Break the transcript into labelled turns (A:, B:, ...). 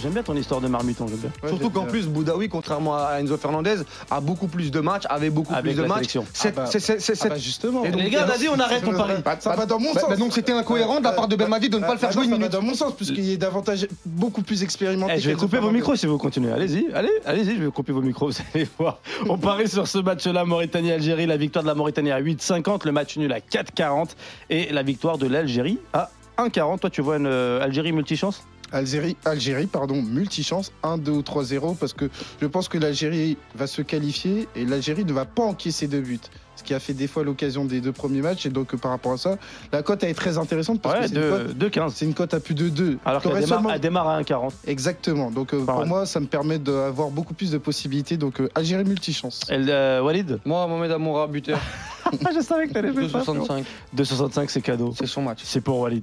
A: J'aime bien ton histoire de marmiton, j'aime bien.
B: Ouais,
C: Surtout
B: j'ai-
C: qu'en plus, Boudaoui, contrairement à Enzo Fernandez, a beaucoup plus de matchs, avait beaucoup
A: Avec
C: plus de
A: la
C: matchs.
A: sélection.
C: C'est-
B: Ah bah-
C: c'est- c'est- c'est-
B: Ah bah justement.
C: Et donc,
A: Oh, Les gars, vas-y, on arrête ton pari.
B: Bah, ça va dans mon
C: bah-
B: sens.
C: bah donc c'était incohérent de la part de Belmadi de ne pas le faire
B: bah non,
C: jouer une
B: Ça va
C: minute.
B: dans mon sens, puisqu'il est davantage, beaucoup plus expérimenté.
A: Eh, je vais
B: qu'Enzo
A: couper vos
B: Fernandez.
A: micros si vous continuez. Allez-y, allez, allez-y, je vais couper vos micros, vous allez voir. On parie sur ce match-là, Mauritanie-Algérie, la victoire de la Mauritanie à 8,50, le match nul à 4,40 et la victoire de l'Algérie à 1,40. Toi, tu vois une euh, Algérie multichance
B: Algérie, Algérie, pardon, multichance, 1, 2 ou 3-0, parce que je pense que l'Algérie va se qualifier et l'Algérie ne va pas encaisser de buts. Ce qui a fait des fois l'occasion des deux premiers matchs, et donc euh, par rapport à ça, la cote elle est très intéressante parce
A: Ouais,
B: que c'est une cote-
A: 2,15.
B: c'est une cote à plus de 2.
A: Alors qu'elle
B: T'aurais
A: démarre,
B: seulement-
A: elle démarre à 1,40.
B: Exactement, donc euh,
A: Pas
B: pour
A: mal.
B: moi ça me permet d'avoir beaucoup plus de possibilités, donc euh, Algérie multichance.
A: Elle, euh, Walid
C: Moi, Mohamed Amoura, buteur,
A: Ah, Je savais que t'allais
C: 2,65.
A: 2,65, c'est cadeau.
C: C'est son match.
A: C'est pour Walid.